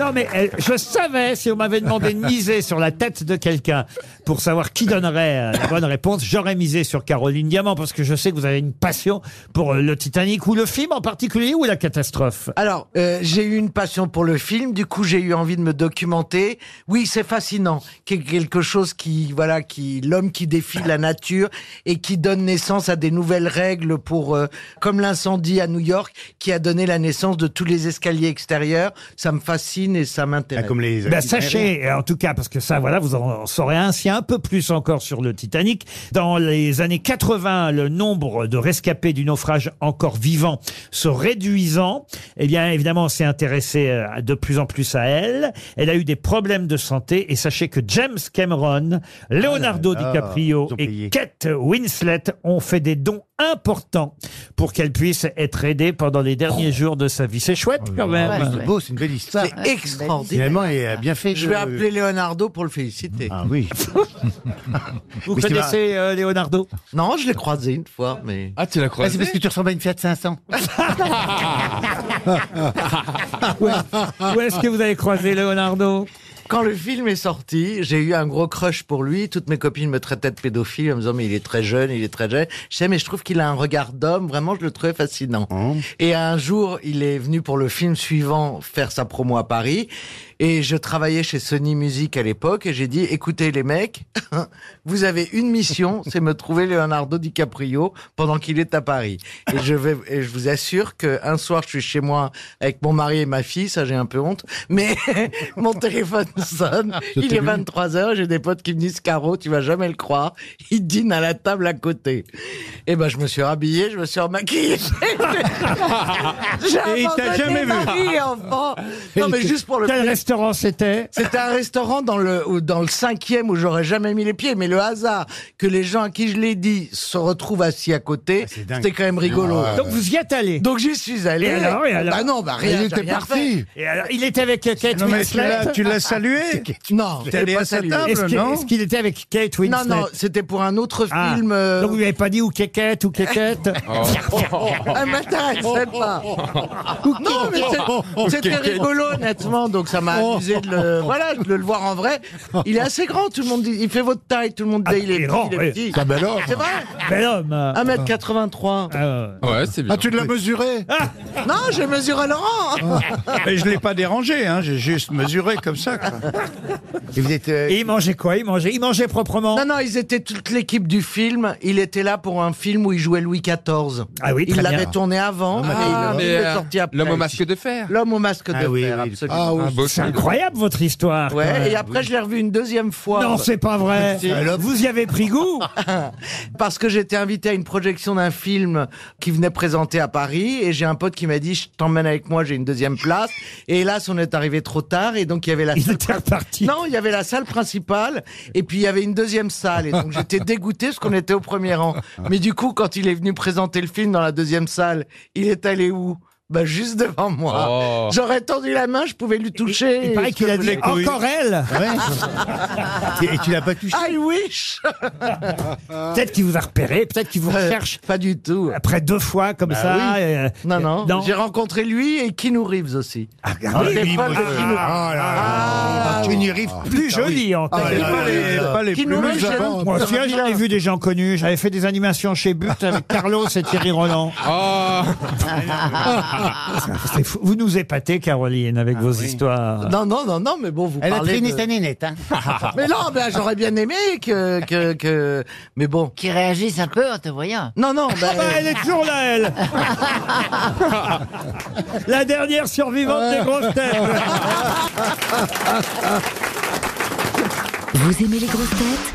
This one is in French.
Non, mais euh, je savais, si on m'avait demandé de miser sur la tête de quelqu'un pour savoir qui donnerait euh, la bonne réponse, j'aurais misé sur Caroline Diamant, parce que je sais que vous avez une passion pour euh, le Titanic, ou le film en particulier, ou la catastrophe. Alors, euh, j'ai eu une passion pour le film, du coup j'ai eu envie de me documenter. Oui, c'est fascinant, Quel- quelque chose qui, voilà, qui l'homme qui défie la nature et qui donne naissance à des nouvelles règles pour, euh, comme l'incendie à New York, qui a donné la naissance de tous les escaliers extérieurs. Ça me fascine et ça Bah, Ah, m'intéresse. Ben, sachez, euh, en tout cas, parce que ça, voilà, vous en saurez ainsi un peu plus encore sur le Titanic. Dans les années 80, le nombre de rescapés du naufrage encore vivants se réduisant, eh bien, évidemment, on s'est intéressé euh, de plus en plus à elle. Elle a eu des problèmes de santé et sachez que James Cameron, Leonardo là là, DiCaprio Ah, ils ont et payé. Kate Winslet ont fait des dons importants pour qu'elle puisse être aidée pendant les Oh. derniers jours de sa vie. C'est chouette quand même. Ouais, c'est beau, Ah, c'est une belle histoire. C'est extraordinaire. Finalement, il a bien fait. Je de- vais appeler Leonardo pour le féliciter. Ah oui. Vous Mais c'est connaissez euh, Leonardo Non, je l'ai croisé une fois, mais... Ah, tu l'as Ah, croisé c'est parce que tu ressembles à une Fiat 500. Où est-ce que vous avez croisé Leonardo Quand le film est sorti, j'ai eu un gros crush pour lui. Toutes mes copines me traitaient de pédophile en me disant mais il est très jeune, il est très jeune. Je sais mais je trouve qu'il a un regard d'homme. Vraiment, je le trouvais fascinant. Et un jour, il est venu pour le film suivant faire sa promo à Paris. Et je travaillais chez Sony Music à l'époque et j'ai dit écoutez les mecs, vous avez une mission, c'est me trouver Leonardo DiCaprio pendant qu'il est à Paris. Et je vais et je vous assure que un soir je suis chez moi avec mon mari et ma fille, ça j'ai un peu honte, mais mon téléphone Ah, sonne, il est 23h, j'ai des potes qui me disent Caro, tu vas jamais le croire, il dîne à la table à côté. Et ben je me suis habillé, je me suis remaquillé. Et il t'a jamais vu. vu. Enfant. Non mais juste pour le Quel restaurant c'était c'était un restaurant dans le, ou dans le cinquième où j'aurais jamais mis les pieds, mais le hasard que les gens à qui je l'ai dit se retrouvent assis à côté, Ah, c'est dingue. c'était quand même rigolo. Donc vous y êtes allé Euh, Donc j'y suis allé. Et Eh alors, et alors Bah non, bah rien. Il j'ai était rien fait. parti. Et alors, il était avec euh, Kate Winslet l'as salué Non, T'es allé j'ai pas à sa salué. table Est-ce qu'il non est-ce qu'il était avec Kate Winslet Non, non, c'était pour un autre Ah. film. euh, Donc vous lui avez pas dit ou Kékette ou Kékette Ah, Elle m'intéressait pas. Non, mais c'est- c'était rigolo, honnêtement. Donc ça m'a amusé de le, voilà, de le voir en vrai. Il est assez grand, tout le monde dit. Il fait votre taille, tout le monde dit. Ah, il il est est grand, petit, il oui. est petit. Ah, ben alors. C'est vrai Bel homme euh, Ah. 1m83. euh, Ouais, c'est bien. Ah, tu l'as mesuré Non, j'ai mesuré Laurent. Mais je ne l'ai pas dérangé, hein, j'ai juste mesuré comme ça. quoi. Et vous êtes. euh, Et il mangeait quoi Il mangeait, il mangeait proprement Non, non, ils étaient toute l'équipe du film. Il était là pour un film où il jouait Louis XIV. Ah oui, il très bien. l'avait tourné avant. Ah, et il mais, est euh, sorti après. L'homme au masque de fer. L'homme au masque de Ah oui, fer, oui. absolument. Ah, oui. Un beau C'est film. incroyable votre histoire. Ouais, quand même. et après je l'ai revu une deuxième fois Non, c'est pas vrai. Ah, Si. Vous y avez pris goût parce que j'étais invité à une projection d'un film qui venait présenter à Paris et j'ai un pote qui m'a dit je t'emmène avec moi, j'ai une deuxième place et hélas on est arrivé trop tard et donc il y avait la Il salle était reparti. Non, il y avait la salle principale et puis il y avait une deuxième salle. Et donc j'étais dégoûté parce qu'on était au premier rang. Mais du coup, quand il est venu présenter le film dans la deuxième salle, il est allé où bah, Juste devant moi. Oh. J'aurais tendu la main, je pouvais lui toucher. Il paraît qu'il a dit encore elle. ouais. Et- Et tu l'as pas touché Oh, I wish Peut-être qu'il vous a repéré, peut-être qu'il vous Euh, recherche Pas du tout. après deux fois comme ça. euh, Bah Non, non. Non. J'ai rencontré lui et Keanu Reeves aussi. Ah oui, Des oui, fois, moi, le je- Keanu- Ah là là. Tu n'y arrives plus joli encore. Ah, Et pas les, pas les Qui plus nous riches lèche la avant. langue. Moi aussi, j'en ai vu des gens connus. J'avais fait des animations chez But avec Carlos et Thierry Roland. Ah. Ah, Oh. C'est fou. Vous nous épatez, Caroline, avec vos histoires. Ah Non, non, non, non, mais bon, vous Elle a parlez traîné de- sa nénette. Hein. Mais non, ben, j'aurais bien aimé que, que, que... Mais bon. Qui réagissent un peu en te voyant. Non, non, ben, Ah bah, elle est toujours là, elle La dernière survivante des grosses têtes Vous aimez les grosses têtes